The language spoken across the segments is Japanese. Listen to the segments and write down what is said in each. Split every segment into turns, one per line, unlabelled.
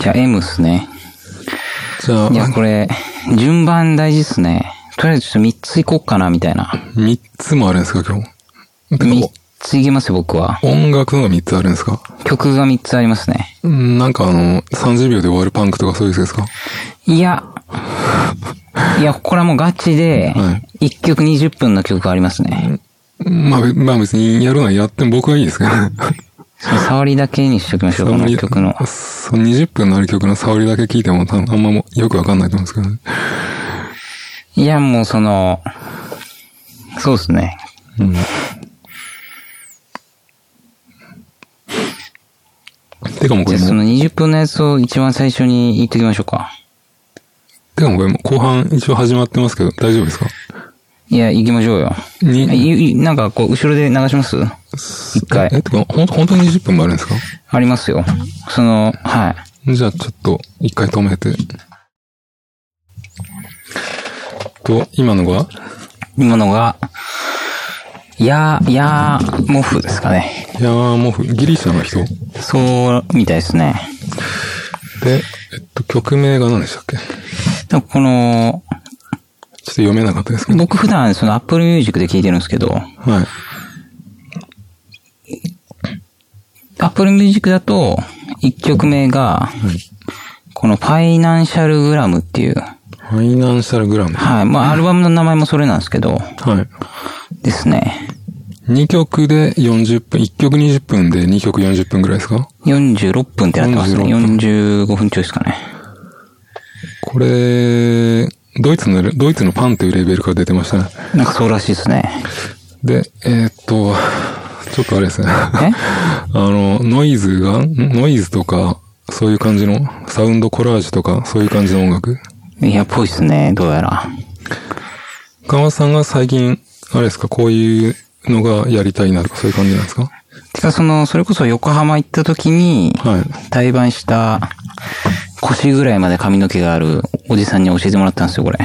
じゃあ M っすね。
じゃあ、
いや、これ、順番大事っすね。とりあえずちょっと3ついこうかな、みたいな。
3つもあるんですか、今日。て
3
か
ついきますよ、僕は。
音楽のが3つあるんですか
曲が3つありますね。
うんなんかあの、30秒で終わるパンクとかそういうやつですか
いや、いや、これはもうガチで
は、
1曲20分の曲がありますね。
まあ、べまあ別にやるのはやっても僕はいいですけどね。
その触りだけにしときましょう、こ
あんま
の
り
曲の。
そう、20分のある曲の触りだけ聞いても多分あんまもうよくわかんないと思うんですけどね。
いや、もうその、そうっすね。
てかもうこ
じゃ
れ
あそ
もう、
の20分のやつを一番最初に言っときましょうか。
てかもうこれもう後半一応始まってますけど、大丈夫ですか
いや、行きましょうよ。
に、
いいなんかこう、後ろで流します一回
え、てかほん、本当に20分もあるんですか
ありますよ。その、はい。
じゃあちょっと一回止めて。と、今のが、
今のが、やー、やー、モフですかね。
いやーもうギリシャの人
そう、みたいですね。
で、えっと、曲名が何でしたっけちょっ
でもこの、
と読めなかったですけど。
僕普段その Apple Music で聴いてるんですけど、
はい。
Apple Music だと、1曲目が、このファイナンシャルグラムっていう、
ファイナンシャルグラム。は
はい。まあ、アルバムの名前もそれなんですけど、
い。
ですね。
2曲で40分、1曲20分で2曲40分ぐらいですか
46分ってなってますね。45分ちょいですかね。
これ、ドイツのレ、ドイツのパンというレーベルから出てましたね。
なんかそうらしいですね。
で、えーっと、ちょっとあれですね。
え
あの、ノイズが、んノイズとか、そういう感じの、サウンドコラージュとか、そういう感じの音楽。
いや、ぽいっすね、どうやら。
川本さんが最近、あれですか、こういうのがやりたいなとか、そういう感じなんですか
てか、その、それこそ横浜行った時に、
はい。
対バンした腰ぐらいまで髪の毛があるおじさんに教えてもらったんですよ、これ。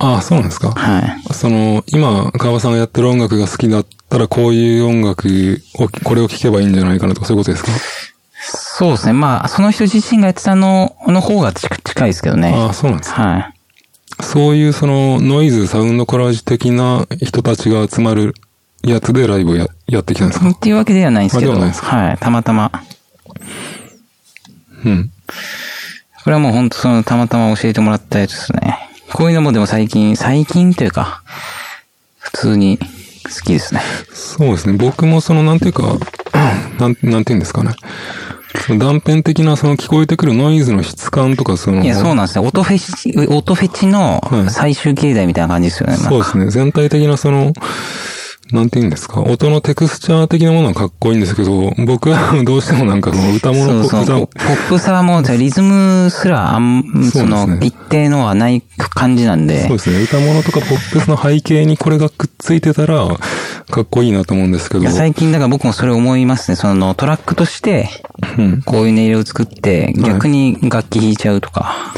ああ、そうなんですか
はい。
その、今、川場さんがやってる音楽が好きだったら、こういう音楽を、これを聴けばいいんじゃないかなとか、そういうことですか
そうですね。まあ、その人自身がやってたの、の方が近近いですけどね。
ああ、そうなんです。
はい。
そういうその、ノイズ、サウンドコラージュ的な人たちが集まるやつでライブをややってきたんですか
っていうわけではないんですけ
あ
ど、
ではないです
はい。たまたま。
うん。
これはもう本当そのたまたま教えてもらったやつですね。こういうのもでも最近、最近というか、普通に好きですね。
そうですね。僕もその、なんていうか、なん、なんていうんですかね。その断片的なその聞こえてくるノイズの質感とかその、
いや、そうなんですね。音フェチ、音フェチの
はい
最終形態みたいな感じですよね。まあ
そうですね。全体的なその、なんて言うんですか。音のテクスチャー的なものはかっこいいんですけど、僕はどうしてもなんか その
そ
歌
う
物っぽ
そう。
歌
ポ
を、
ポップさはもう、リズムすら、あん、
そ
そう
ですね
の、一定のはない感じなん
そう
で
で、すね。歌物とかポップスの背景にこれがくっついてたら、かっこいいなと思うんですけ
い
ど。
や最近だから僕もそれ思いますね。その、トラックとして、
うん。
こういう音色を作って、逆に楽器弾いちゃうとか。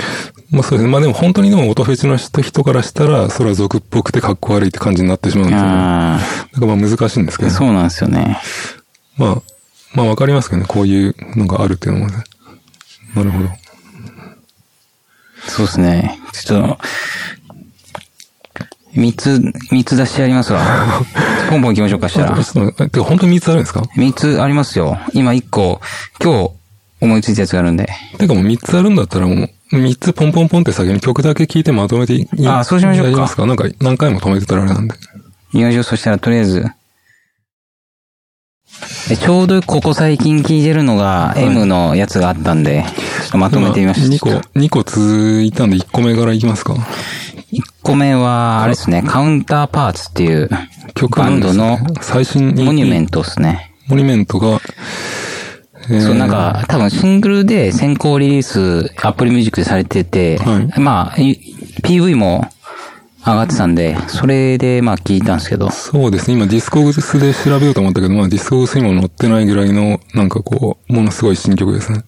まあそうですね。まあでも本当にでも音フェチの人人からしたら、それは俗っぽくてかっこ悪いって感じになってしまうんですよね。だ
あ
からまあ難しいんですけ
あ、
ど。
そうなんですよね。
まあ、まあわかりますけどね。こういうのがあるっていうのもね。なるほど。
そうですね。ちょっと、三つ、三つ出してやりますわ。 ポンポン行きましょうか、したら
あ。ちょっと、えてか本当に3つあるんですか
三つありますよ。今一個、今日思いついたやつがあるんで。
てかもう3つあるんだったらもう、3つポンポンポンって先に曲だけ聞いてまとめていい
あそうしましょうか
やりますかなんか何回も止めてたらあれなんで。
入場そしたらとりあえず。えちょうどここ最近聞いてるのが M のやつがあったんで、ちょっとまとめてみました。
2個、2個続いたんで1個目からいきますか
1個目は、あれですね、カウンターパーツっていう
曲
バ
な
ン
んで
ド
すね
の
最新
モニュメ
ン
ントですね。
ト。モニュメントが、えー
そう、なんか、多分シングルで先行リリース、アップルミュージックでされてて、
は
まあ、い PV も上がってたんで、それでまあ聞いたんですけど、
そうですね。今、ディスコグスで調べようと思ったけど、まあ、ディスコグスにも載ってないぐらいの、なんかこう、ものすごい新曲ですね。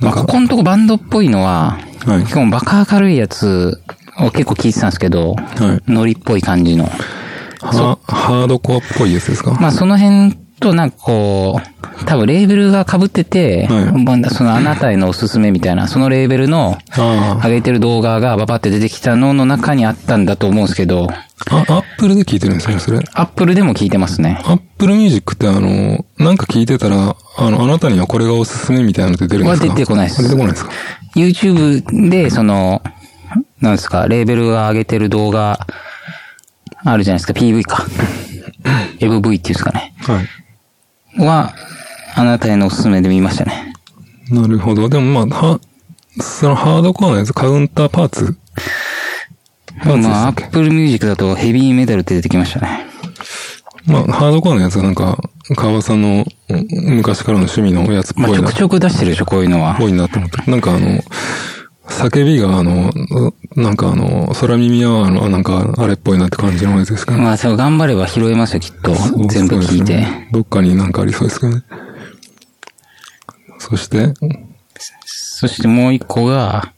な
ま
ん
あ、
か
ここのとこバンドっぽいのは、
はい
結構バカ明るいやつを結構聞いてたんですけど、
はい。
ノリっぽい感じの。
はハードコアっぽいやつですか
まあその辺となんかこう、多分レーベルが被ってて、
はい
まあそのあなたへのおすすめみたいな、そのレーベルの
あ
上げてる動画がババって出てきたのの中にあったんだと思うんですけど、
あ。あ、アップルで聞いてるんですね、それ。
アップルでも聞いてますね。
アップルミュージックってあの、なんか聞いてたら、あの、あなたにはこれがおすすめみたいなのって出るんですか
は出てこないです
出てこないですか
YouTube で、その、なんですか、レーベルが上げてる動画、あるじゃないですか、PV か。MV っていうんですかね。
はい。
は、あなたへのおすすめで見ましたね。
なるほど。でもまあ、は、そのハードコアのやつ、カウンターパーツパーツ
ま
です
あ、
っ
ア
け
ップルミュージックだとヘビーメタルって出てきましたね。
まあ、ハードコアのやつはなんか、川場さんのうん昔からの趣味のやつっぽ
まあ、
い
ちょ
な、
くちょく出してるでしょ、こういうのは。
ぽいなと思って。なんかあの、叫びがあの、なんかあの、空耳アワーの、あなんかあれっぽいなって感じのやつですかね。
まあ、そう、頑張れば拾えますよ、きっと
そう。
全部
そうです
聞いて。
ねどっかになんかありそうですけどね。そして、
そしてもう一個が、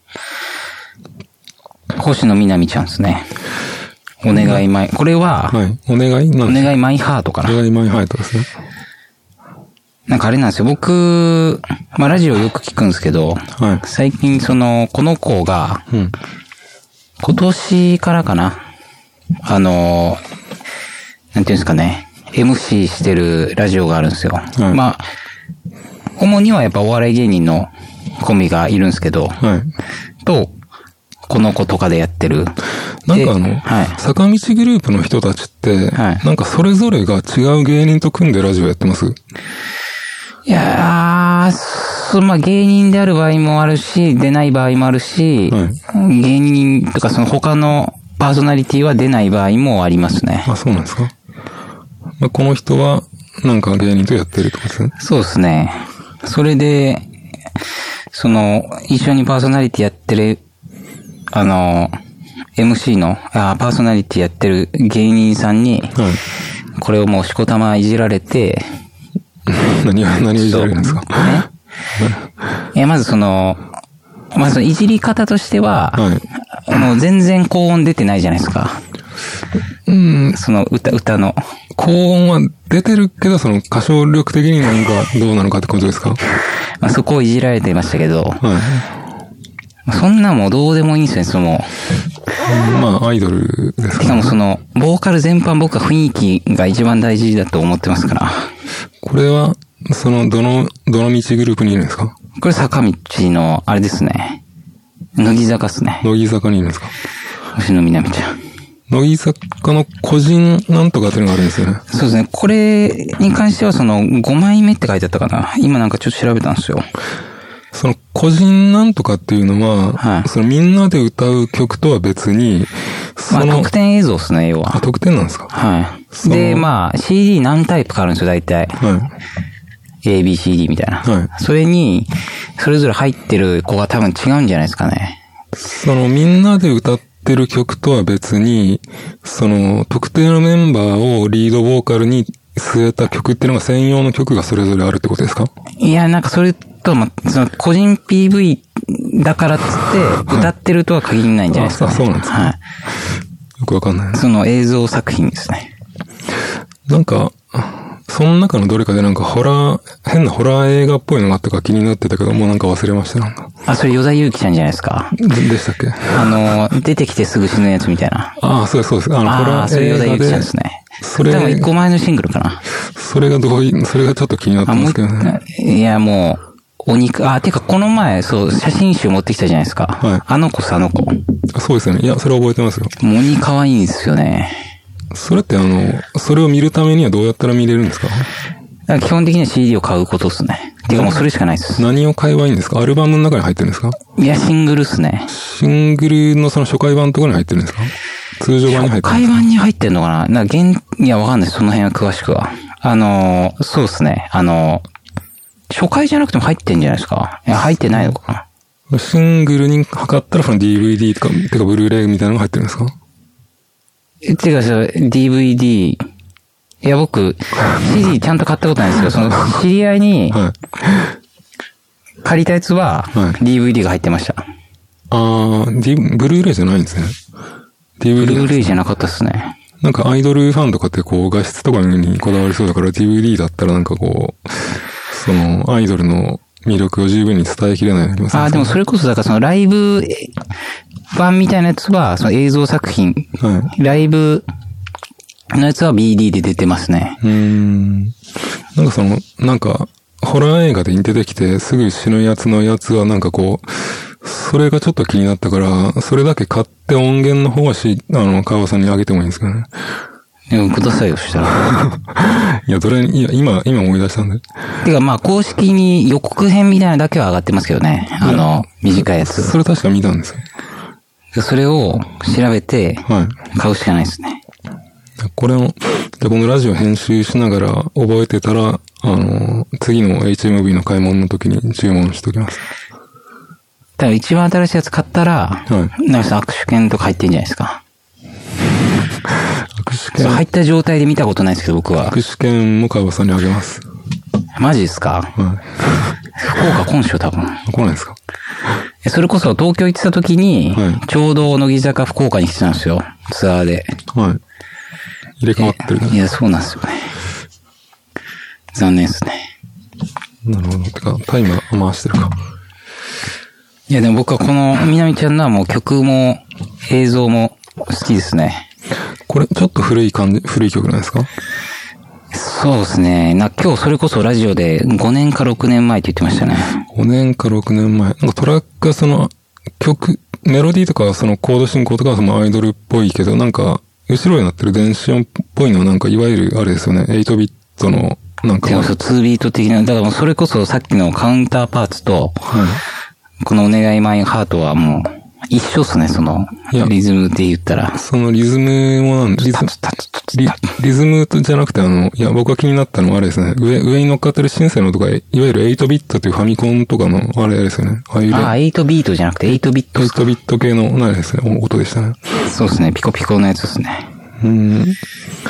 星野みなみちゃんですね。お願いマイ、これは、
はい。お願いな
お
んです
願いマイハートかな
お。願いマイハイトですね。
なんかあれなんですよ。僕、まあラジオよく聞くんですけど、
はい。
最近その、この子が、
うん。
今年からかな。あの、なんていうんですかね。MC してるラジオがあるんですよ。
い
まあ、主にはやっぱお笑い芸人のコンビがいるんですけど、
はい。
と、この子とかでやってる。
なんかあ
で
の、
はい。
坂道グループの人たちって、
はい
なんかそれぞれが違う芸人と組んでラジオやってます
いやー、そまあ、芸人である場合もあるし、出ない場合もあるし、
は
芸人とかその他のパーソナリティは出ない場合もありますね。
あ、そうなんですか、まあ、この人は、なんか芸人とやってるとかですね。
そうですね。それで、その、一緒にパーソナリティやってる、あの、MC の、あパーソナリティやってる芸人さんに、
はい。
これをもうしこたまいじられて、
何を、何を言ってるんですか
ね。いや、まずその、まずそのいじり方としては、
はい。
もう全然高音出てないじゃないですか。
うん、
その歌、歌の。
高音は出てるけど、その歌唱力的になんかどうなのかってことですか
まあ、そこをいじられてましたけど、
はい。
そんなもうどうでもいいんですよね、その、
まあ、アイドルです
し
か、
からもその、ボーカル全般僕は雰囲気が一番大事だと思ってますから。
これは、その、どの、どの道グループにいるんですか
これ坂道の、あれですね。乃木坂っすね。
乃木坂にいるんですか
星野みなみちゃん。
乃木坂の個人なんとかっていうのがあるんですよね。
そうですね。これに関してはその、5枚目って書いてあったかな。今なんかちょっと調べたんですよ。
その個人なんとかっていうのは、
はい
そのみんなで歌う曲とは別に、そ
まあ、
の、
特典映像っすね、要
あ
は。
特典なんですか
はい。
その
で、まあ、CD 何タイプかあるんですよ、大体。
は
ABCD みたいな。
はい
それに、それぞれ入ってる子が多分違うんじゃないですかね。
い。そのみんなで歌ってる曲とは別に、その特定のメンバーをリードボーカルに据えた曲っていうのが専用の曲がそれぞれあるってことですか
いや、なんかそれとも、その、個人 PV だからっつって、歌ってるとは限らないんじゃないですか、
あそうなんですか
はい。
よくわかんないな。
その映像作品ですね。
なんか、その中のどれかでなんかホラー、変なホラー映画っぽいのがあったから気になってたけど、もうなんか忘れました。なんか
あ、それ、与田祐希ちゃんじゃないですか。
ででしたっ け
あの、出てきてすぐ死ぬやつみたいな。
ああ、そうです、そうです。あの、ホ
あ
ラ
あ、そ
ー
れ、
映
与田
画
祐希ちゃん
で
で、すね。
そ
多分、
れ
一、個前のシングルかな。
それがどういう、それがちょっと気になって
あ、
ま
も
すけどね。
う、いや、もう、お肉、あ、てか、この前、そう、写真集持ってきたじゃないですか。
はい
あの子さ、あの子。も
そうですよね。いや、それ覚えてますよ。
う鬼可愛いんですよね。
それってあの、それを見るためにはどうやったら見れるんですか
だから基本的には CD を買うことですね。てかもうそれしかないです。
何を買えばいいんですかアルバムの中に入ってるんですか
いや、シングルっすね。
シングルのその初回版とかに入ってるんですか通常版に入ってるん
会
ですか
話に入ってんのかななんか現、いや、わかんないです。その辺は詳しくは。あのー、そうですね。あのー、初回じゃなくても入ってんじゃないですか。いや、入ってないのかな
シングルに測ったらその DVD とか、てかブルーレイみたいなのが入ってるんですか
えてか、その DVD、いや、僕、CD ちゃんと買ったことないんですけど、その、知り合いに
はい。
借りたやつは、
はい
DVD が入ってました。
あー、D、ブルーレイじゃないんですね。
ブル
DVD
ー。レイじゃなかったっすね。
なんかアイドルファンとかってこう画質とかにこだわりそうだから DVD だったらなんかこう、その、アイドルの魅力を十分に伝えきれないような気もする
あ
ん
あ、
す
で
よ
もそれこそ、だからそのライブ版みたいなやつは、その映像作品、
は
ライブのやつは BD で出てますね。
うーん。なんかその、なんか、ホラー映画で出てきてすぐ死ぬやつのやつはなんかこう、それがちょっと気になったから、それだけ買って音源の方はし、あの、川端さんにあげてもいいんですけどね。
うん、くださいよ、そした ら。
いや、どれ、いや、今、今思い出したんで。
てか、まあ、公式に予告編みたいなのだけは上がってますけどね。あの、短いやつ。
それ確か見たんですよ。
それを調べて、
はい。
買うしかないですね。
これを、じゃあこのラジオ編集しながら覚えてたら、あの、次の HMV の買い物の時に注文しときます。
ただ一番新しいやつ買ったら、
は
なんかその握手券とか入ってんじゃないですか。それ
握手券、
入った状態で見たことないですけど、僕は。
握手券も川端さんにあげます。
マジですか
は
福岡今週多分。
い。来ないですか
えそれこそ東京行ってた時に、
はい
ちょうど乃木坂福岡に来てたんですよ。ツアーで。
はい。入れ替わってる
い
ね。
や、そうなんですよね。残念ですね。
なるほど。てか、タイマー回してるか。
いや、でも僕はこの、みなみちゃんのはもう曲も映像も好きですね。
これ、ちょっと古い感じ、古い曲なんですか
そうですね。な、今日それこそラジオで5年か6年前って言ってましたね。
5年か6年前。なんかトラックがその曲、メロディーとかそのコード進行とかはそのアイドルっぽいけど、なんか後ろになってる電子音っぽいのはなんかいわゆるあれですよね、8ビットのなんか
でもそう、2ビート的な、だからもうそれこそさっきのカウンターパーツと、このお願いマイハートはもう、一緒っすね、その
いや、
リズムで言ったら。
そのリズムもなんリズ
タツタツタツ
リ
タツ
リズムじゃなくてあの、いや僕が気になったのはあれですね、上、上に乗っかってるシンセのとか、いわゆる8ビットというファミコンとかのあれですよね。ああいう
ああ、8ビートじゃなくて8ビットっす
8ビット系の、なんですね、音でしたね。
そうですね、ピコピコのやつですね。
うん。
ビ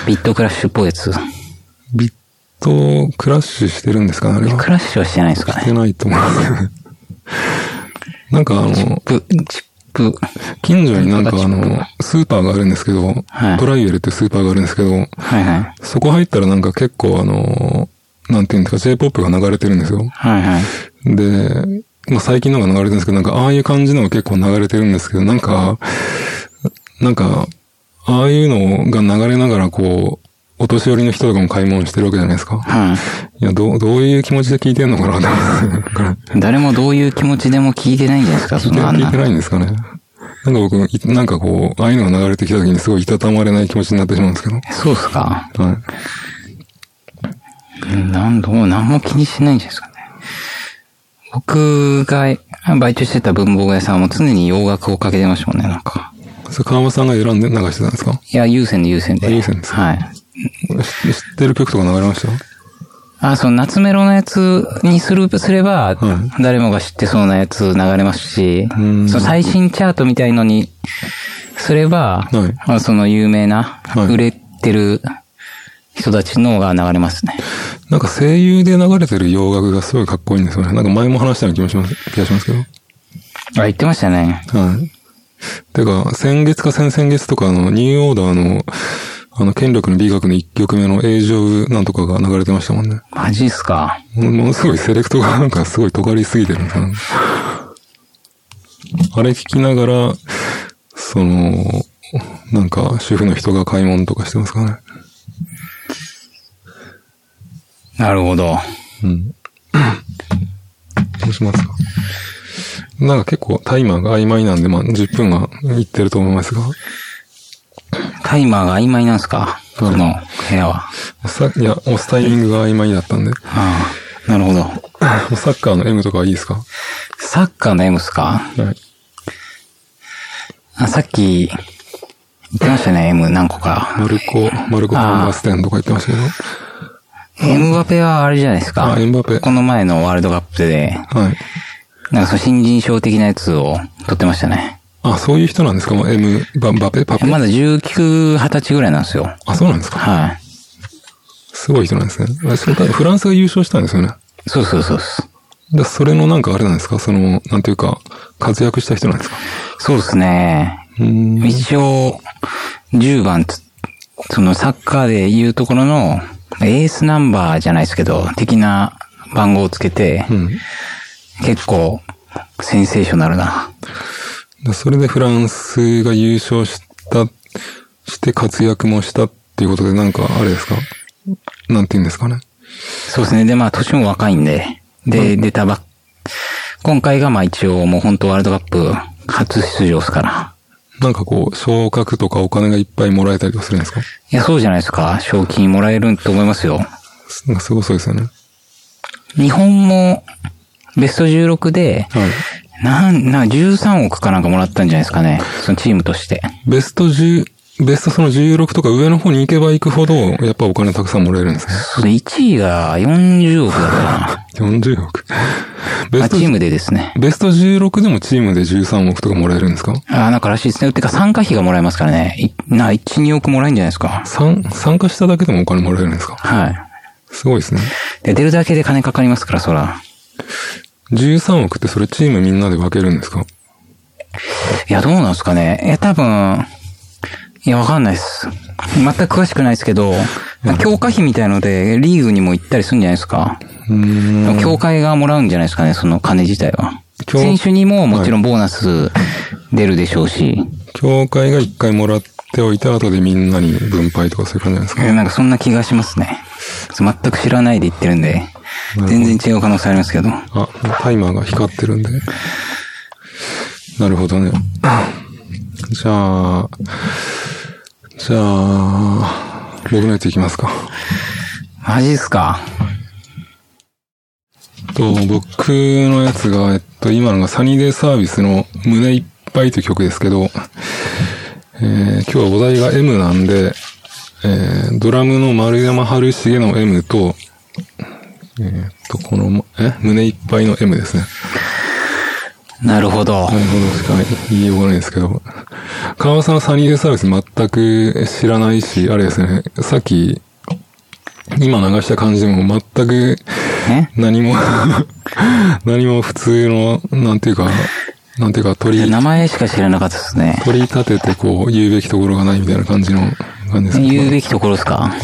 ットクラッシュっぽいやつ。
ビットクラッシュしてるんですかね、あれは。
クラッシュはしてないですか
し
ね。
てないと思いますけどね。 なんかあの、
プ、チップ。
近所になんかあの、スーパーがあるんですけど、
はい
トライエルってスーパーがあるんですけど、
はいはい。
そこ入ったらなんか結構あの、なんていうんですか、J-POP が流れてるんですよ。
はいはい。
で、まあ、最近のが流れてるんですけど、なんかああいう感じのが結構流れてるんですけど、なんか、なんか、ああいうのが流れながらこう、お年寄りの人とかも買い物してるわけじゃないですか。
はい
や、どう、どういう気持ちで聞いてんのかなと 思ってこれ
い。誰もどういう気持ちでも聞いてないんじゃないですか、そ
い
の
や
あん
聞い
な
て。ないんですかね。なんか僕、いなんかこう、ああいうのが流れてきた時にすごいいたたまれない気持ちになってしまうんですけど。
そうっすか。
はい。
うんなんどう、なんも気にしてないんじゃないですかね。僕がバイトしてた文房具屋さんはもう常に洋楽をかけてましたもんね、なんか。
それ川間さんが選んで流してたんですか
いや、優先で優先
あ
で。
有線ですか
はい。
知知ってる曲とか流れました
あ、その夏メロのやつにする、すれば、
う
誰もが知ってそうなやつ流れますし、
うん
その最新チャートみたいのにすれば、
はい
まあその有名な、
はい
売れてる人たちのが流れますね。
なんか声優で流れてる洋楽がすごいかっこいいんですよね。なんか前も話したような気もします、気がしますけど。
あ、言ってましたね。
はい。てか、先月か先々月とか、あの、ニューオーダーの、あの、権力の美学の一曲目の映像なんとかが流れてましたもんね。
マジっすか。
もものすごいセレクトがなんかすごい尖りすぎてるんだな。あれ聞きながら、その、なんか主婦の人が買い物とかしてますかね。
なるほど。
うん。どうしますかなんか結構タイマーが曖昧なんで、まあ10分はいってると思いますが、
タイマーが曖昧なんすか
う
こ
ん
の部屋は。
さいや、押すタイミングが曖昧だったんで、も
ああ、なるほど。
うサッカーの M とかはいいですかは
サッカーの M っすか
い。
あ、さっき、言ってましたね、M 何個か。
マルコ、マルコ・ファンバステンとか言ってましたけど、
エムバペはあれじゃないですか。
あエムバペ
この前のワールドカップで、
はい。
なんかその新人賞的なやつを取ってましたね。
あ、そういう人なんですかもう M、ババペパペ
まだ19、20歳ぐらいなんですよ。
あ、そうなんですか
はい。
すごい人なんですね。あそれ多分フランスが優勝したんですよね。
そうそうそうそう。
で、それのなんかあれなんですかその、なんていうか、活躍した人なんですか
そうですね。
うーん。
一応、10番つ、そのサッカーで言うところの、エースナンバーじゃないですけど、的な番号をつけて、
うん。
結構、センセーショナルな。
でそれでフランスが優勝した、して活躍もしたっていうことで、なんか、あれですかなんて言うんですかね。
そうですね。で、まあ、年も若いんで、で、出たばっ、今回がまあ一応もう本当ワールドカップ初出場ですから。
なんかこう、昇格とかお金がいっぱいもらえたりとかするんですか
いや、そうじゃないですか。賞金もらえると思いますよ。
なんかすごそうですよね。
日本も、ベスト16で、
はい。
なん、な、13億かなんかもらったんじゃないですかね。そのチームとして。
ベスト10、ベストその16とか上の方に行けば行くほど、やっぱお金たくさんもらえるんですね。
それ1位が40億だったか
40億。
な。
ベ
あ
スト
チ、ームでですね。
ベスト16でもチームで13億とかもらえるんですか
あなんからしいですね。てか参加費がもらえますからね。いな、1、2億もらえるんじゃないですか。
参、参加しただけでもお金もらえるんですか
はい。
すごいですね。
で、出るだけで金かかりますから、そら。
13億ってそれチームみんなで分けるんですか
いや、どうなんですかね。いや、多分、いや、わかんないです。全く詳しくないですけど、強化費みたいので、リーグにも行ったりするんじゃないですか。
うーん。
協会がもらうんじゃないですかね、その金自体は。
協
選手にももちろんボーナス出るでしょうし、
協会が一回もらっておいて、後でみんなに分配とかそういう感じなんですか
なんかそんな気がしますね。全く知らないで言ってるんで、全然違う可能性ありますけど。
あ、タイマーが光ってるんで。なるほどね。じゃあ、じゃあ、僕のやついきますか。
マジっすか。
と、僕のやつが、えっと、今のがサニーデイサービスの胸いっぱいという曲ですけど、えー今日はお題が M なんで、えードラムの丸山春重の M と、えーっと、この、え胸いっぱいの M ですね。
なるほど
な。るほどしか言いようがないですけど。川尾さんはサニーデイサービス全く知らないし、あれですね、さっき、今流した感じでも全く
ね。
何も、 何も普通の、なんていうか、なんていうか、取り、
名前しか知らなかったですね。
取り立ててこう、言うべきところがないみたいな感じの感じですね。
言うべきところですか。
はい。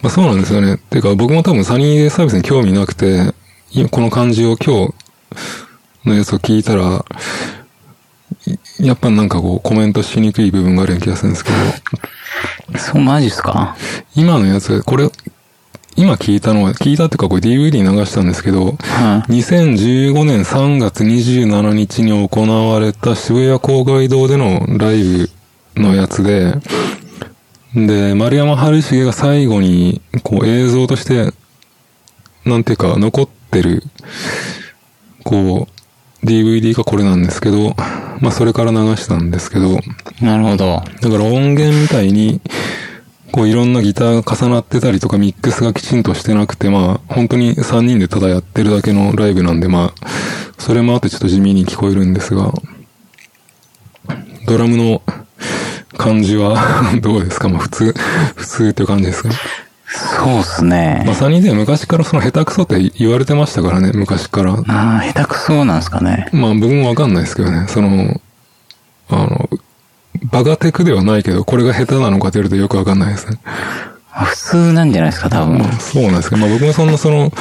まあそうなんですよね。ていうか僕も多分サニーデイサービスに興味なくて、今この感じを今日のやつを聞いたら、いやっぱなんかこうコメントしにくい部分があるような気がするんですけど、
そう、マジっすか。
今のやつ、これ、今聞いたのは、聞いたっていうかこれ DVD 流したんですけど、
は
2015年3月27日に行われた渋谷公会堂でのライブのやつで、で、丸山春重が最後に、こう映像として、なんていうか、残ってる、こう、DVD がこれなんですけど、まあそれから流したんですけど、
い。なるほど。
だから音源みたいに、こういろんなギターが重なってたりとかミックスがきちんとしてなくて、まあ本当に3人でただやってるだけのライブなんで、まあ、それもあってちょっと地味に聞こえるんですが、ドラムの感じは どうですかまあ普通、普通っていう感じですかね。
そうっす
まあ
ね。
3人で昔からその下手くそって言われてましたからね、昔から。
ああ、下手くそなんですかね。
まあ僕もわかんないですけどね、その、あの、バカテクではないけど、これが下手なのかって言われるとよくわかんないですね。
普通なんじゃないですか、多分。
そうなんですけど、まあ僕もそんなその、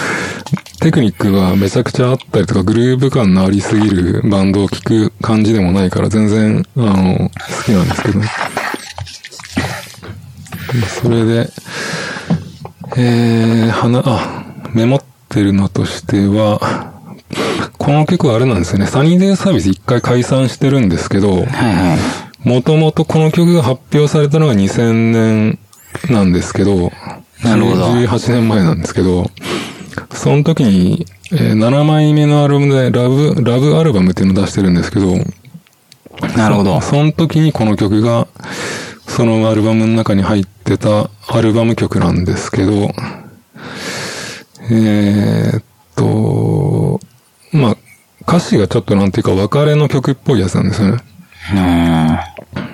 テクニックがめちゃくちゃあったりとか、グルーヴ感のありすぎるバンドを聴く感じでもないから、全然、あの、好きなんですけどね。それで、えー、花、あ、メモってるのとしては、この曲はあれなんですよね。サニーデイサービス一回解散してるんですけど、
はいはい。
もともとこの曲が発表されたのが2000年なんですけど、
なるほど
18年前なんですけど、その時に、えー7枚目のアルバムでラブ、ラブアルバムっていうのを出してるんですけど、
なるほど。
その時にこの曲が、そのアルバムの中に入ってたアルバム曲なんですけど、えーっと、まあ、歌詞がちょっとなんていうか別れの曲っぽいやつなんですよね。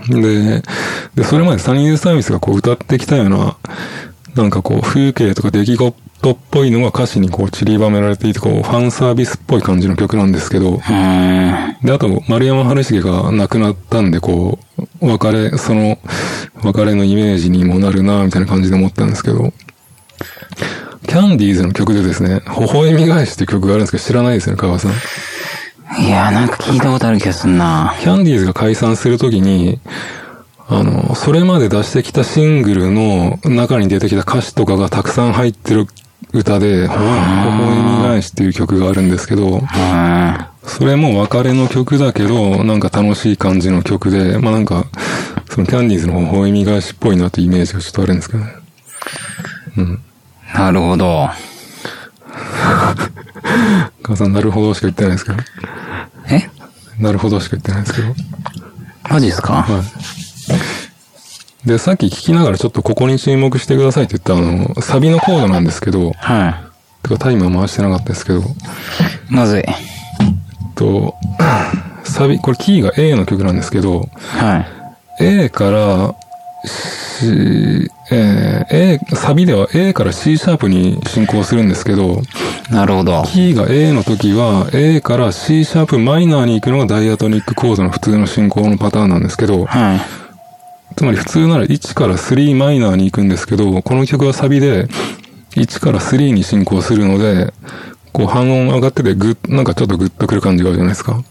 うーん。
で、で、それまでサニーデイサービスがこう歌ってきたような、なんかこう風景とか出来事っぽいのが歌詞にこう散りばめられていて、こうファンサービスっぽい感じの曲なんですけど、
うーん。
で、あと、丸山春重が亡くなったんで、こう、別れ、その、別れのイメージにもなるな、みたいな感じで思ったんですけど、キャンディーズの曲でですね、微笑み返しっていう曲があるんですけど、知らないですよね、川さん。
いやーなんか聞いたことある気がすんな。
キャンディーズが解散するときに、あの、それまで出してきたシングルの中に出てきた歌詞とかがたくさん入ってる歌で、ほほ微笑み返しっていう曲があるんですけど、
うん。
それも別れの曲だけど、なんか楽しい感じの曲で、まあなんか、そのキャンディーズの微笑み返しっぽいなってイメージがちょっとあるんですけどね。
なるほど。
母さん、なるほどしか言ってないですけど。
え
なるほどしか言ってないですけど。
マジですか
はい。で、さっき聞きながらちょっとここに注目してくださいって言ったあの、サビのコードなんですけど、
は
てかタイマー回してなかったですけど、
い。まずい。
えっと、 サビ、これキーが A の曲なんですけど、
はい。
A から、C、えー A、サビでは A から C シャープに進行するんですけど、
なるほど。
キーが A の時は A から C シャープマイナーに行くのがダイアトニックコードの普通の進行のパターンなんですけど、
はい。
つまり普通なら1から3マイナーに行くんですけど、この曲はサビで1から3に進行するので、こう半音上がっててグッ、なんかちょっとグッとくる感じがあるじゃないですか。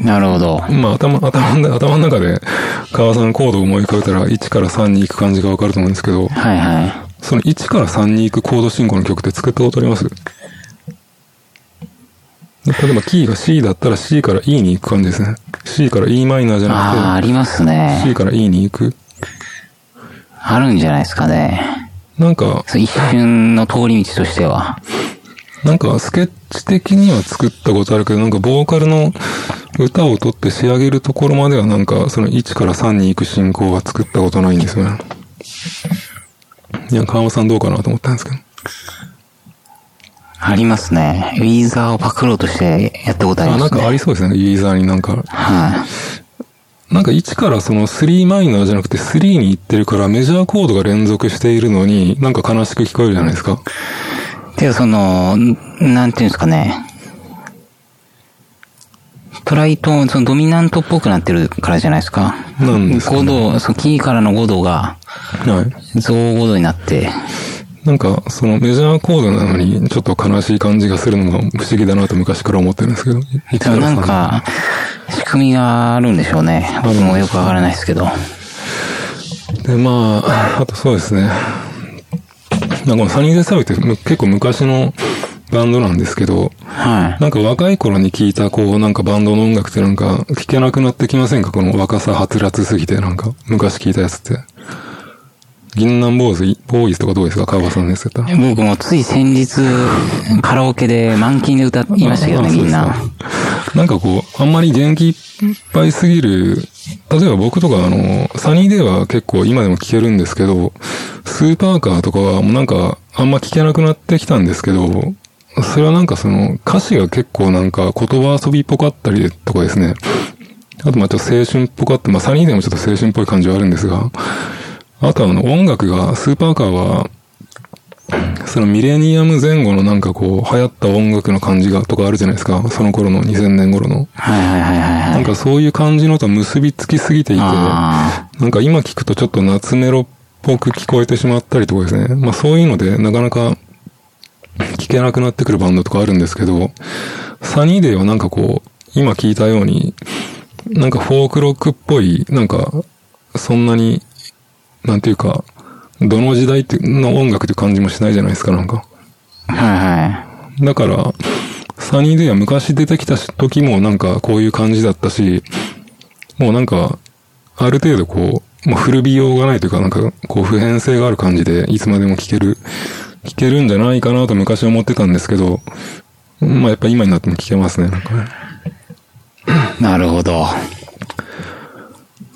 なるほど。
まあ頭、頭の、頭の中で川さんのコードを思い浮かべたら1から3に行く感じがわかると思うんですけど、
はいは
その1から3に行くコード進行の曲って作ったことあります例えばキーが C だったら C から E に行く感じですね。C から E マイナーじ
い。
ゃ
ああ、あ
なく
ります
て、C
ね。
から E に行く。
あるんじゃないですかね。
なんか、
そう一瞬の通り道としては。
なんかスケッチ的には作ったことあるけど、なんかボーカルの歌を取って仕上げるところまではなんかその1から3に行く進行は作ったことないんですよね。いや、川本さんどうかなと思ったんですけど。
ありますね。ウィーザーをパクろうとしてやったことあり
あ、
ま
なん
すね。
かありそうですね。ユーザーになんか。
はい。
なんか1からその3マイナーじゃなくて3に行ってるからメジャーコードが連続しているのになんか悲しく聞こえるじゃないですか。
てかその、んなんていうんですかね。トライトーン、そのドミナントっぽくなってるからじゃないですか。
なんですかね
5度、そのキーからの5度が、
はい。
増5度になって、
なんか、そのメジャーコードなのに、ちょっと悲しい感じがするのが不思議だなと昔から思ってるんですけど。い
でもなんか、仕組みがあるんでしょうね。僕もよくわからないですけど。
で、まあ、あとそうですね。なんかこのサニーデイサビってむ結構昔のバンドなんですけど、
はい。
なんか若い頃に聞いた、こう、なんかバンドの音楽ってなんか聞けなくなってきませんかこの若さはつらつすぎて、なんか昔聞いたやつって。銀杏坊主、ボーイズとかどうですか川場さんのやつだったら。
僕もつい先日、カラオケで満勤で歌いましたけどね、
あ
みん。
あ
な
そ。うですかなんかこう、あんまり元気いっぱいすぎる、例えば僕とかあの、サニーデーは結構今でも聴けるんですけど、スーパーカーとかはもうなんかあんま聴けなくなってきたんですけど、それはなんかその歌詞が結構なんか言葉遊びっぽかったりとかですね。あとまあちょっと青春っぽかった、まあサニーデーもちょっと青春っぽい感じはあるんですが、あとはあの音楽が、スーパーカーはそのミレニアム前後のなんかこう、流行った音楽の感じがとかあるじゃないですか。その頃の2000年頃の。
はいはいはいはいは
ないん。かそういう感じのと結びつきすぎていて、な
あ
んか今聞くとちょっと夏メロっぽく聞こえてしまったりとかですね。まあそういうのでなかなか聞けなくなってくるバンドとかあるんですけど、サニーデーはなんかこう、今聞いたように、なんかフォークロックっぽい、なんか、そんなに、なんていうか、どの時代っての音楽って感じもしないじゃないですか、なんか。
あ。はいはい。
だから、サニーデイは昔出てきた時もなんかこういう感じだったし、もうなんか、ある程度こう、もう古びようがないというか、なんかこう普遍性がある感じで、いつまでも聴ける、聴けるんじゃないかなと昔は思ってたんですけど、まあやっぱ今になっても聴けますね、なんかね。
なるほど。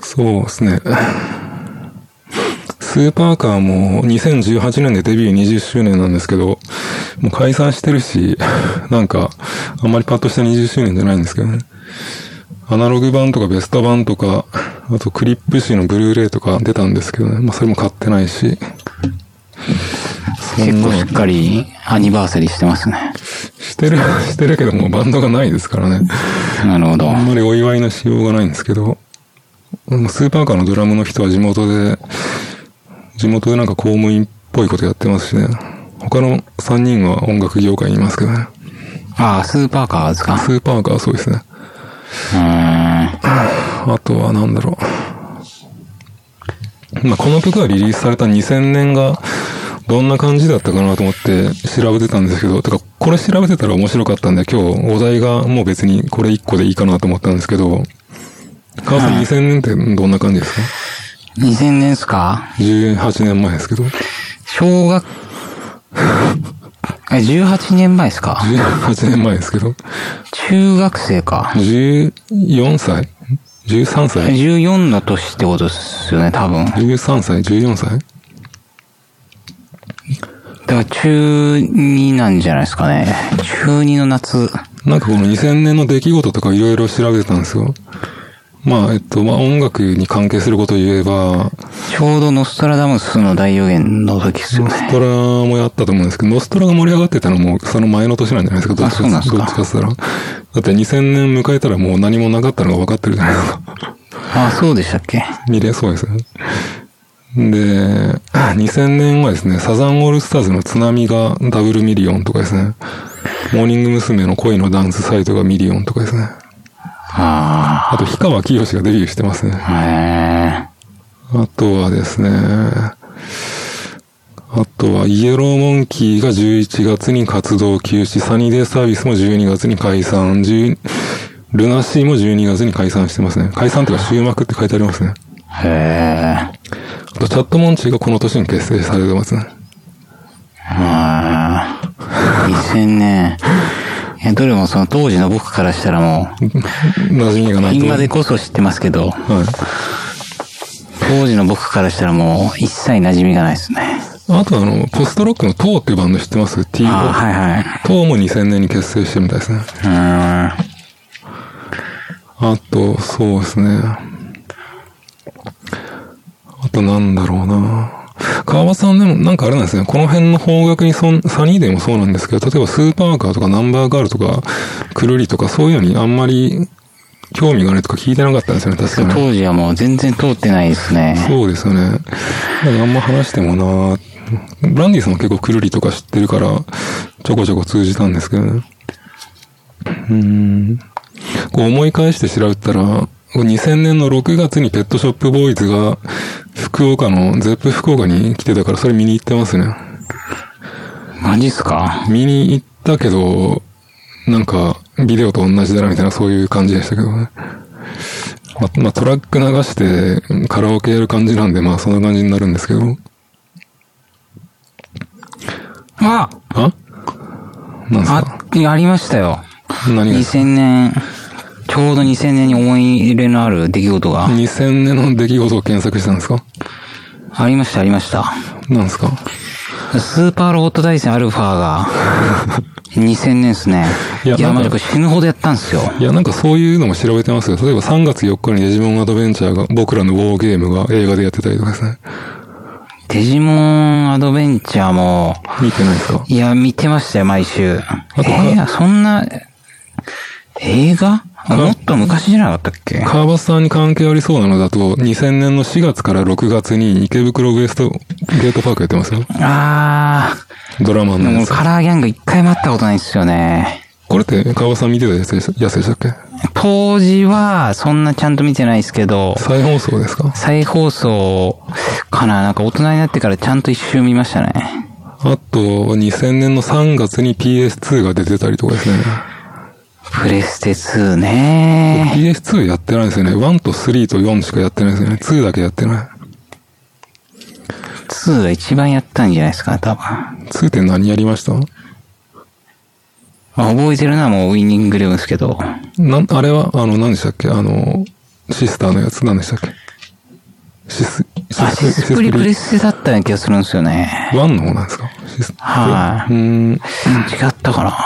そうですね。スーパーカーも2018年でデビュー20周年なんですけど、もう解散してるし、なんか、あんまりパッとした20周年じゃないんですけどね。アナログ版とかベスト版とか、あとクリップ誌のブルーレイとか出たんですけどね。まあそれも買ってないし。そん
結
な
構
の
しっかりアニバーサリーしてますね。
してる、してるけどもうバンドがないですからね。
なるほど。
あんまりお祝いのしようがないんですけど、うんスーパーカーのドラムの人は地元で、地元でなんか公務員っぽいことやってますしね。他の3人は音楽業界にいますけどね。
ああ、スーパーカーですか。
スーパーカーそうですね。
うーん。
あとはなんだろう。まあ、この曲がリリースされた2000年がどんな感じだったかなと思って調べてたんですけど、てかこれ調べてたら面白かったんで今日お題がもう別にこれ1個でいいかなと思ったんですけど、川さん
はい
2000年ってどんな感じですか
2000年っすか
?18 年前ですけど。
小学、え18年前っすか
18年前ですけど。
中学生か。
14歳 ?13 歳
14の年ってことですよね、多分。だ
?13 歳 ?14 歳
から中2なんじゃないですかね。中2の夏。
なんかこの2000年の出来事とかいろいろ調べてたんですよ。まあ、えっと、まあ音楽に関係することを言えば、
ちょうどノストラダムスの大予言の時っすよ
ノ
ね。
ストラもやったと思うんですけど、ノストラが盛り上がってたのもその前の年なんじゃないですか、どっち
あそうなんですか
どっちかっつったら。だって2000年迎えたらもう何もなかったのが分かってるじゃないですか。
あ、そうでしたっけ
見れそうですね。で、2000年はですね、サザンオールスターズの津波がダブルミリオンとかですね、モーニング娘。の恋のダンスサイトがミリオンとかですね。
あ
あと、氷川きよしがデビューしてますね。
あ。へえ。
あとはですね、あとは、イエローモンキーが11月に活動休止、サニーデイサービスも12月に解散、10ルナシーも12月に解散してますね。解散とか終幕って書いてありますね。
へえ。
あと、チャットモンチーがこの年に結成されてますね。
ああ。2000年。いや、どれもその当時の僕からしたらも
馴染みがな
う、
いと思
今
う。
でこそ知ってますけど、
はい。
当時の僕からしたらもう一切馴染みがないですね。
あと、あの、ポストロックのトーっていうバンド知ってます ?T
ああ、
ト
はいはい。
ーも2000年に結成してるみたいですね。
うーん。
あと、そうですね。あとなんだろうな川端さんでもなんかあれなんですね。この辺の方角にそん、サニーデーもそうなんですけど、例えばスーパーカーとかナンバーガールとか、くるりとかそういうのにあんまり興味がないとか聞いてなかったんですよね、確かに。
当時はもう全然通ってないですね。
そうですよね。だからあんま話してもなブランディさんも結構くるりとか知ってるから、ちょこちょこ通じたんですけどね。こう思い返して調べたら、2000年の6月にペットショップボーイズが福岡の、ゼップ福岡に来てたからそれ見に行ってますね。
マジっすか
見に行ったけど、なんかビデオと同じだなみたいなそういう感じでしたけどね。まあ、まあトラック流してカラオケやる感じなんで、まあそんな感じになるんですけど。
あ
あなんですか
あ、ありましたよ。
何が
2000年、ちょうど2000年に思い入れのある出来事が
?2000 年の出来事を検索したんですか
ありました、ありました。
なんですか
スーパーロボット大戦アルファ が、2000年ですね。
い
い
や
や、
なんか
マジでこれ死ぬほどやったんですよ。
いや、なんかそういうのも調べてますよ。例えば3月4日にデジモンアドベンチャーが、僕らのウォーゲームが映画でやってたりとかですね。
デジモンアドベンチャーも、
見てないですか
いや、見てましたよ、毎週。
とか
えー、そんな、映画もっと昔じゃなかったっけ
川端さんに関係ありそうなのだと、2000年の4月から6月に池袋ウエストゲートパークやってますよ。
あ
ドラマ
ー、で
のや
も
つ。
カラーギャング一回も会ったことないんですよね。
これって川端さん見てたやつでしたやつでしたっけ
当時は、そんなちゃんと見てないですけど、
再放送ですか
再放送かななんか大人になってからちゃんと一周見ましたね。
あと、2000年の3月に PS2 が出てたりとかですね。
プレステ2ね
PS2 やってないですよね。1と3と4しかやってないですよね。2だけやってない。
2が一番やったんじゃないですか、多分。あ
2って何やりました
覚えてるのはもうウィニングレブンですけど。
なん、あれは、あの、何でしたっけあの、シスターのやつ、何でしたっけシス、シ
あ、シスプリプレ
リ
ステだったような気がするんですよね。
ワンの方なんですかシス
は
うー
い。
ん。
違ったかな。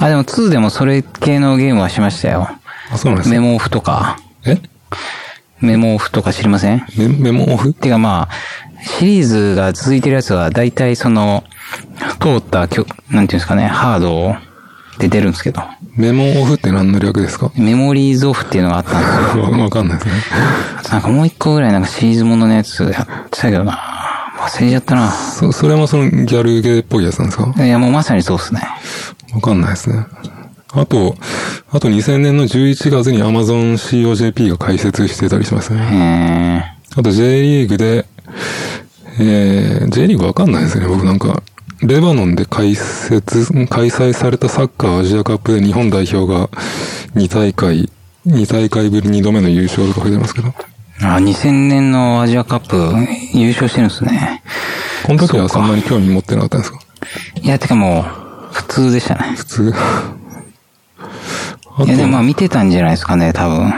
あ、でも2でもそれ系のゲームはしましたよ。
あ、そうなんです
メ
か
モオフとか。
え
メモオフとか知りません
メメモオフ
てかまあ、シリーズが続いてるやつは大体その、通った曲、なんていうんですかね、ハードで出るんですけど。
メモオフって何の略ですか
メモリーズオフっていうのがあったんですよ。
わわかんないですね。
なんかもう一個ぐらいなんかシリーズもののやつやってたけどな。忘れちゃったな。
そ、それもそのギャルゲーっぽいやつなんですか
いや、もうまさにそうっすね。
わかんないですね。あと、あと2000年の11月に Amazon COJP が開設してたりします
へ
ね。
え。
あと J リーグで、えー、J リーグわかんないですね。僕なんか、レバノンで開設、開催されたサッカーアジアカップで日本代表が2大会、2大会ぶり2度目の優勝とか書いてますけど。
あ、2000年のアジアカップ優勝してるんですね。
この時はそんなに興味持ってなかったんですか
いや、てかもう、普通でしたね。
普通。あ
いや、でもまあ見てたんじゃないですかね、多分。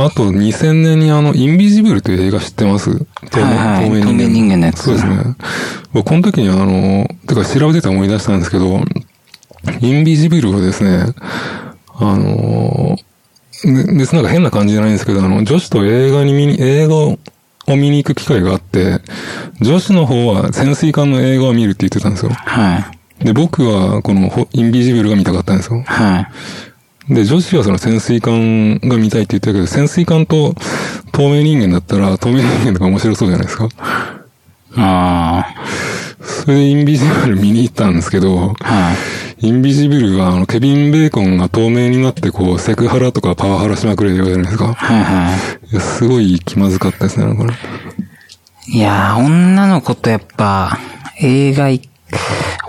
あと2000年にあの、インビジブルという映画知ってます透明
はいはい
透明
透明人間のやつ
そうですね。僕この時にあの、てか調べてて思い出したんですけど、インビジブルをですね、あの、ね別になんか変な感じじゃないんですけど、あの、女子と映画に見に、映画を見に行く機会があって、女子の方は潜水艦の映画を見るって言ってたんですよ。
はい。
で、僕はこのほインビジブルが見たかったんですよ。
はい。
で、女子はその潜水艦が見たいって言ってるけど、潜水艦と透明人間だったら、透明人間とか面白そうじゃないですか。
あ
それでインビジブル見に行ったんですけど、
あ。はい。
インビジブルはあの、ケビン・ベーコンが透明になってこう、セクハラとかパワハラしまくる映画じゃないですか。
はいはい。
いやすごい気まずかったですね、これ。
いやー、女の子とやっぱ、映画い、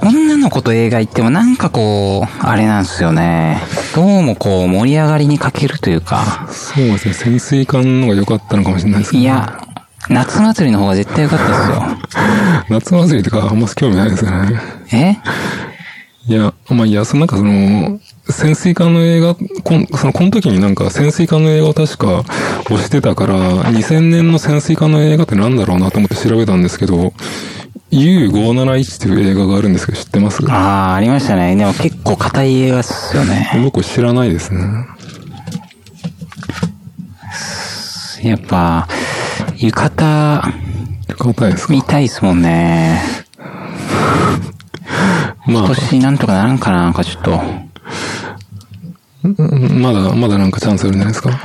女の子と映画行ってもなんかこう、あれなんですよね。どうもこう、盛り上がりに欠けるというか。
そうですね、潜水艦の方が良かったのかもしれないですけど、
いや、夏祭りの方が絶対良かったで
夏祭りとかあんま興味ないですよね。
すよ。え
いや、まあ、いや、そのなんかその、潜水艦の映画、こん、その、この時になんか潜水艦の映画を確か押してたから、2000年の潜水艦の映画ってなんだろうなと思って調べたんですけど、U571 っていう映画があるんですけど知ってます
あー、ありましたね。でも結構硬い映画っすよね。
僕知らないですね。
やっぱ、浴衣、
よかいですか
見たいっすもんね。
ま
今
あ
年なんとかならんかな、なんかちょっと。
うん、まだ、まだなんかチャンスあるんじゃないですか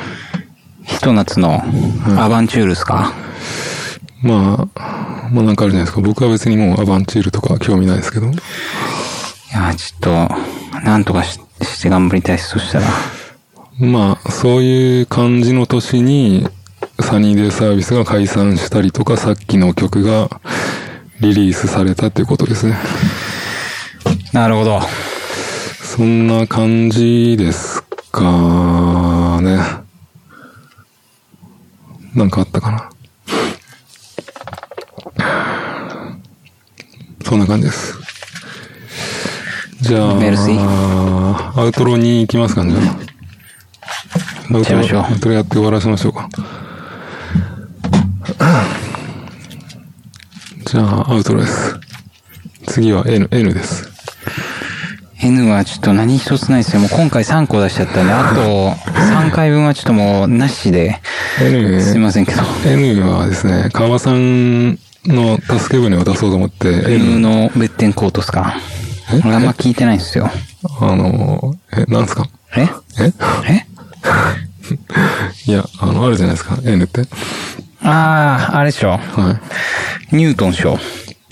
ひと夏の、アバンチュールっすか、
まあ、まあなんかあるじゃないですか。僕は別にもうアバンチュールとか興味ないですけど。
いやー、ちょっと、なんとかしして頑張りたいです。そしたら。
まあ、そういう感じの年に、サニーデイサービスが解散したりとか、さっきの曲がリリースされたっていうことですね。
なるほど。
そんな感じですかね。なんかあったかな。そんな感じです。じゃあ
メルシ、
アウトロに行きますかね、じゃあ。アウ
っち
ト
ゃい
ロ、
ましょう
アウトロやって終わらせましょうか。じゃあ、アウトロです。次は N、N です。
N はちょっと何一つないですよ。もう今回3個出しちゃったんで、あと3回分はちょっともうなしで、
N、
すいませんけど。
N はですね、川さんの助け舟を出そうと思って、
N
N、
の別点コートっすか
え
俺あんま聞いてないんですよ。
あの、え、なんすか
え
え
え
いや、あの、あるじゃないですか、N って。
あー、あれでしょ。
は
ニュートンでしょ。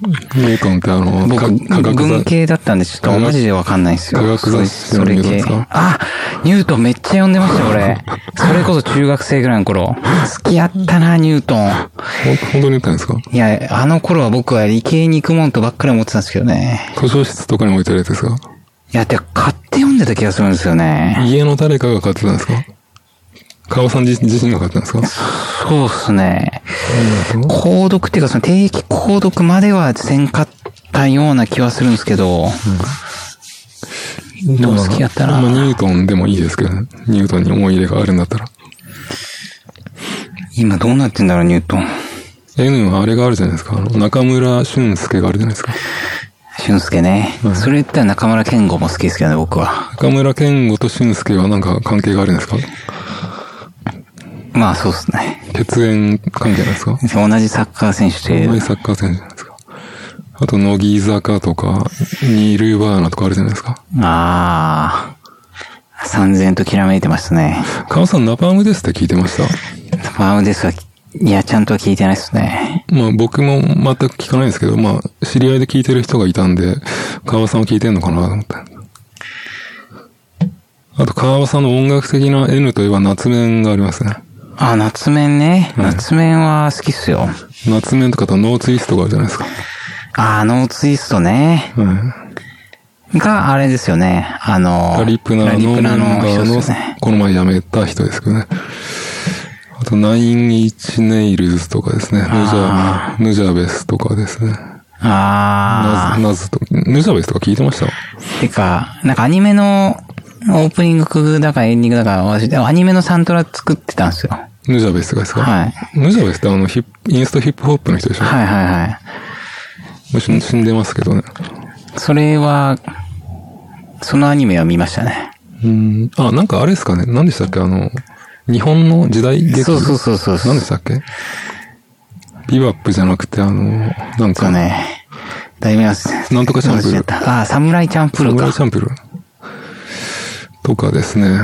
い。ニュートンってあの、
僕、
か科学
文
雑誌。
系だったんで、ちょっと
科学
マジでわかんないんですよ。
科学雑誌
そ
の
れ
ニュートン
系
ですか。
あ、ニュートンめっちゃ読んでました、俺。それこそ中学生ぐらいの頃。好きやったな、ニュートン。
ほん本当に言ったんですか
いや、あの頃は僕は理系に行くもんとばっかり思ってたんですけどね。
図書室とかに置いてあるやつですか
いや、てか買って読んでた気がするんですよね。
家の誰かが買ってたんですか川さん自自身が買ってたんですか
そうっすね。購読っていうか、その定期購読まではせんかったような気はするんですけど、
で
も好きやったな
まあ、ニュートンでもいいですけどね。ニュートンに思い入れがあるんだったら。
今どうなってんだろう、ニュートン。
N はあれがあるじゃないですか。あの、中村俊介があるじゃないですか。
俊介ね。それ言ったら中村健吾も好きですけどね、僕は。
中村健吾と俊介はなんか関係があるんですか
まあ、そうっすね。
血縁関係なんですか
同じサッカー選手とい
同
う
じサッカー選手じゃないですか。あと、乃木坂とか、ニール・バーナとかあるじゃないですか。
ああ、三千ときらめいてましたね。
川尾さん、ナパームですって聞いてました。
バームですはいや、ちゃんと聞いてないですね。
まあ僕も全く聞かないんですけど、まあ知り合いで聞いてる人がいたんで、川場さんを聞いてんのかなと思って。あと川場さんの音楽的な N といえば夏面がありますね。
あ、夏面ね。夏面は好きっすよ。
夏面とかとノーツイストがあるじゃないですか。
あ、ノーツイストね。
はい。
が、あれですよね。あの、
ラリプナ
ラ
ー
リ
の
プナの
メンバ
人
ー
で
の
すよね。
この前辞めた人ですけどね。あと、ナインイチネイルズとかですね。ヌジャ
あ
ー、ヌジャベスとかですね。ナ
あ
ズ、ナズと、ヌジャベスとか聞いてました
ー。てか、なんかアニメのオープニングだかエンディングだか、私、アニメのサントラ作ってたんですよ。はい。
ヌジャベスがですか
はい。
ヌジャベスってあの、ヒップインストヒップホップの人でしょ
はいはいはい。
もう死ん死んでますけどね。
それは、そのアニメは見ましたね。
うん。あ、なんかあれですかね。何でしたっけあの、日本の時代劇。
そうそうそうそうそう
何でしたっけビバップじゃなくて、あの、なん
そう
か、
ね。題名は、
なんとかチャンプルー
忘れちゃったああ、サムライチャンプル
サ
ー
ムラ
か
イ。チャンプルーとかですね。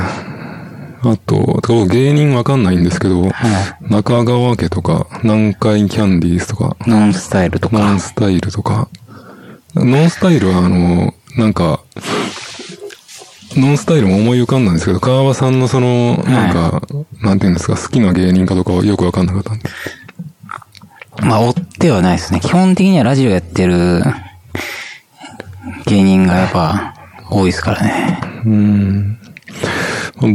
あと、と僕芸人わかんないんですけど、中川家とか、南海キャンディーズとか、
ノンスタイルと
ノ
か
ン。スタイルとか。ノンスタイルはあの、なんか、ノンスタイルも思い浮かんだんですけど、川場さんのその、なんか、なんていうんですか、好きな芸人かとかはよくわかんなかったんで。
まあ、追ってはないですね。基本的にはラジオやってる芸人がやっぱ多いですからね。
うん。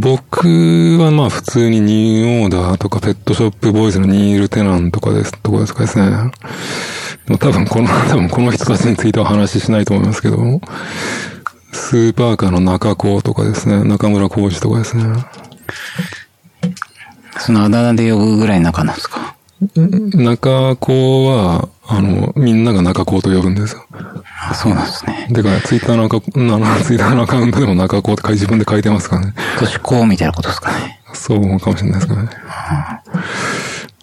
僕はまあ普通にニューオーダーとかペットショップボーイズのニール・テナンとかです、とかですかですね。でも多分この、 多分この人たちについては話ししないと思いますけど、スーパーカーの中子とかですね、中村浩二とかですね。
そのあだ名で呼ぶぐらい仲なんですか。
中子は、あの、みんなが中子と呼ぶんですよ。
あそうなんですね。
てか、ツイッターのアカ、あの、ツイッターのアカウントでも中子って書い自分で書いてますからね。
年子みたいなことですかね。
そうかもしれないですけどね。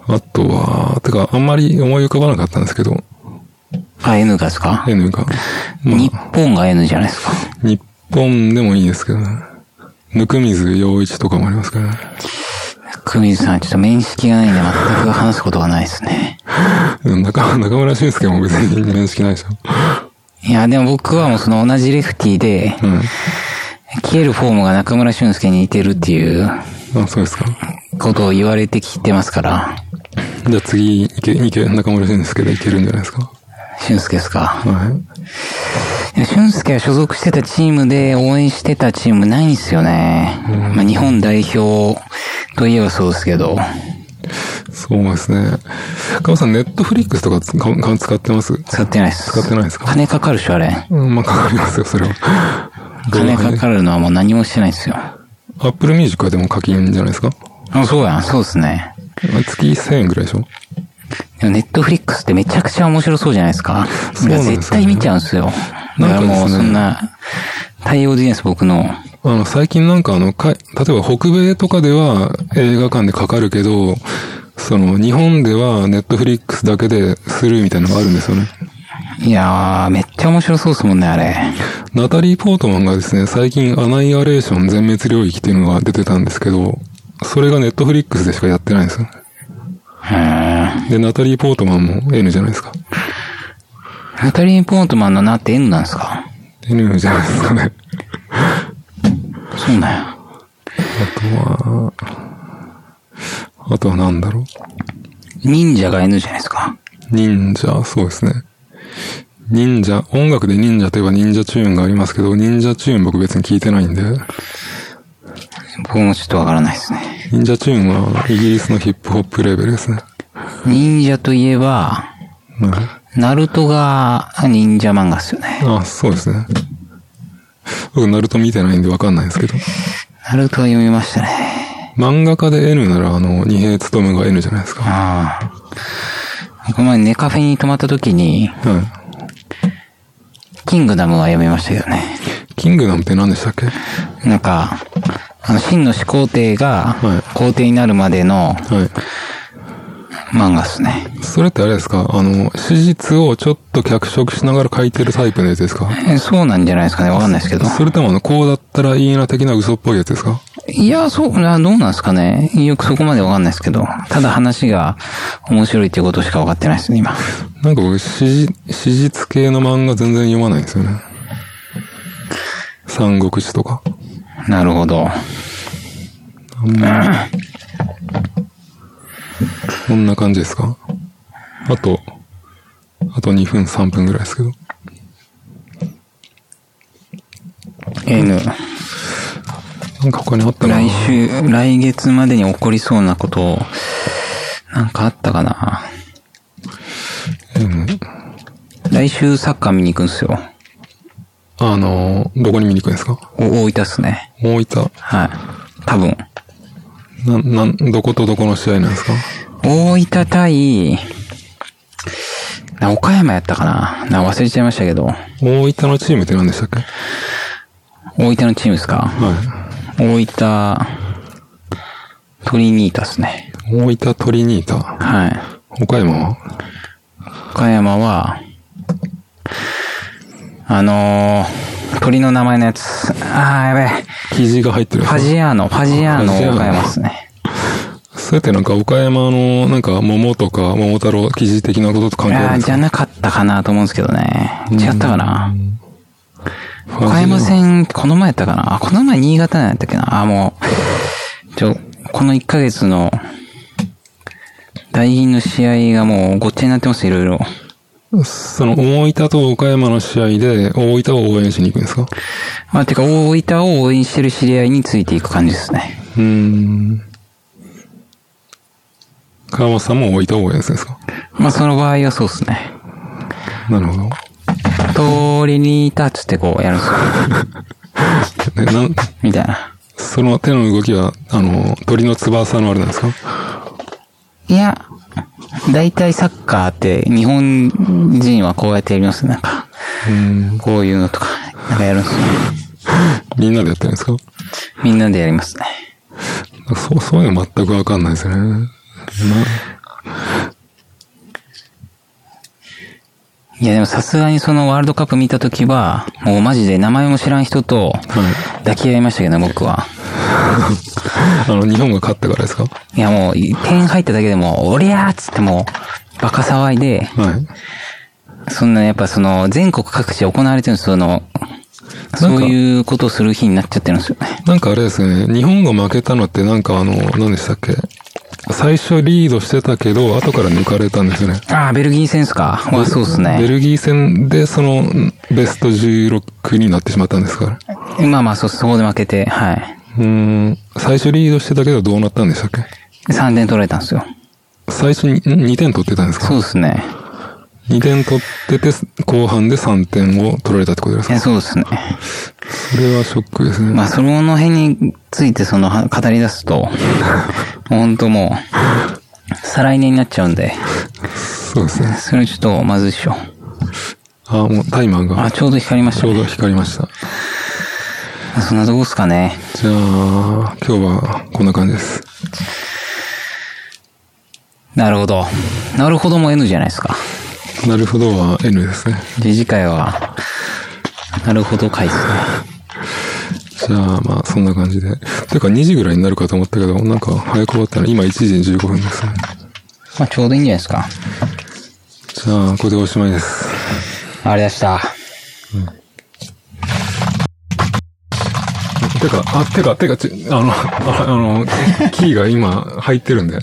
あとは、てか、あんまり思い浮かばなかったんですけど、
あ、N がですか
N が。ま
日本が N じゃないですか。
あ、日本でもいいですけどね。ぬくみず陽一とかもありますからね。
久水さん、ちょっと面識がないんで全く話すことがないですね。
中、中村俊介も別に面識ないでしょ。
いや、でも僕はもうその同じレフティーで、
うん。
消えるフォームが中村俊介に似てるっていう
あ、そうですか。
ことを言われてきてますから、
じゃあ次、いけ、いけ、中村俊介でいけるんじゃないですか。
俊介ですか。
はい。
いや俊介が所属してたチームで応援してたチームないんですよね。まあ、日本代表といえばそうですけど、
そうですね。カモさん、ネットフリックスとかつかか使ってます
使ってないです。
使ってないですか
金かかるでしょ、あれ。
うん、まあ、かかりますよ、それは。
金かかるのはもう何もしてないですよ。
アップルミュージックはでも課金じゃないですか
あ、そうやん、そうですね。
月1000円ぐらいでしょ
でもネットフリックスってめちゃくちゃ面白そうじゃないですか。
そうなんですよね
絶対見ちゃうんですよ。だからもうそんな、対応できないです、僕の。
あの、最近なんかあの、か例えば北米とかでは映画館でかかるけど、その、日本ではネットフリックスだけでするみたいなのがあるんですよね。
いやー、めっちゃ面白そうですもんね、あれ。
ナタリー・ポートマンがですね、最近アナイアレーション全滅領域っていうのが出てたんですけど、それがネットフリックスでしかやってないんですよね。
うーん。
で、ナタリー・ポートマンも N じゃないですか。
ナタリー・ポートマンの名って N なんですか
N じゃないですかね。
そうなんや。
あとは、あとはなんだろう。
忍者が N じゃないですか。
忍者、そうですね。忍者、音楽で忍者といえば忍者チューンがありますけど、忍者チューン僕別に聞いてないんで、
僕もちょっとわからないですね。
忍者チューンはイギリスのヒップホップレーベルですね。
忍者といえば、
うん
ナルトが忍者漫画っすよね。
あ、そうですね。僕、ナルト見てないんでわかんないですけど。
ナルトは読みましたね。
漫画家で N なら、あの、二平つとむが N じゃないですか。
ああ。この前ネカフェに泊まった時に、
はい。
キングダムは読みましたけどね。
キングダムって何でしたっけは
なんか、あの、真の始皇帝が
はい、
皇帝になるまでの
い。
漫画っすね。
それってあれですかあの、史実をちょっと脚色しながら書いてるタイプのやつですか
えそうなんじゃないですかね。わかんないですけど。
それともあの、こうだったらいいな的な嘘っぽいやつですか
いや、そう、あどうなんですかね。よくそこまでわかんないですけど。ただ話が面白いっていうことしかわかってないですね、今。
なんか僕、史実史実系の漫画全然読まないんですよね。三国志とか。
なるほど。
こんな感じですかあと、あと2分3分ぐらいですけど。
N。
なんか他にあったかな
来週、来月までに起こりそうなことを、なんかあったかな。来週サッカー見に行くんですよ。
あの、どこに見に行くんですか
お大分っすね。
大分。
はい。多分。
な、なん、どことどこの試合なんですか
大分対、な岡山やったかな。な忘れちゃいましたけど。
大分のチームって何でしたっけ
大分のチームですか
は
大分、トリニータっすね。
い。大分トリニータ。
はい。
岡山は
岡山は、あのー、鳥の名前のやつ。あー、やべえ。
生地が入ってる
フ
やつ
ァジアーノ、ファジアーノ岡山ですね。
それってなんか岡山の、なんか桃とか桃太郎記事的なことと関係ある
あ
ん
ー
です
じゃ
か
なかったかなと思うんですけどね。違ったかな
ファジア
岡山戦、この前やったかなあ、この前新潟なんやったっけなあー、もう、ちょ、この1ヶ月の、大銀の試合がもうごっちゃになってます、いろいろ。
その大分と岡山の試合で大分を応援しに行くんですか
あ、てか、大分を応援してる知り合いについていく感じですね。
うーん。川本さんも大分を応援するんですか
まあ、その場合はそうですね。
なるほど。
通りにいたっつってこうやるんですよ。
えなん
みたいな。
その手の動きは、あの、鳥の翼のあれなんですか
いや、大体サッカーって日本人はこうやってやりますね。なんか、
うん。
こういうのとか、なんかやるんですよ。
みんなでやってるんですか
みんなでやりますね。
そう、そういうの全くわかんないですね。な、
いやでもさすがにそのワールドカップ見たときは、もうマジで名前も知らん人と
はい。
抱き合いましたけどね、僕は。
あの、日本が勝ったからですか
いやもう、点入っただけでも、おりゃーっつってもう、バカ騒いで、
はい。
そんな、やっぱその、全国各地で行われてるんですよ、その、そういうことをする日になっちゃってるんですよね。
なんかあれですね、日本が負けたのってなんかあの、何でしたっけ最初リードしてたけど、後から抜かれたんですよね。
ああ、ベルギー戦っすか。は、そうです
ベ
ね。
ルギー戦でその、ベスト16になってしまったんですから。
まあまあ、そう、そこで負けて、はい。
うーん、最初リードしてたけどどうなったんでしたっけ
3点取られたんですよ。
最初にん2点取ってたんですか
そうですね。
2点取ってて、後半で3点を取られたってことです
い
か
やそうですね。
それはショックですね。
まあ、その辺についてその、は語り出すと、本当もう、再来年になっちゃうんで、
そうですね。
それちょっとまずいっしょ。
あ、もうタイマー
あ、
が
ちょうど光りまし
ち
た
ょう
ね。
ど光りました。
そんなとこっすかね。
じゃあ、今日はこんな感じです。
なるほど。なるほども N じゃないですか。
なるほどは N ですね。
で次回は、なるほど回ですね。
じゃあ、まあ、そんな感じで。てか、2時ぐらいになるかと思ったけど、なんか、早く終わったら、今1時15分ですね。
まあ、ちょうどいいんじゃないですか。
じゃあ、これでおしまいです。
あれでした。
てか、あ、 てか、てか、ち、あの、ああの、キーが今入ってるんで。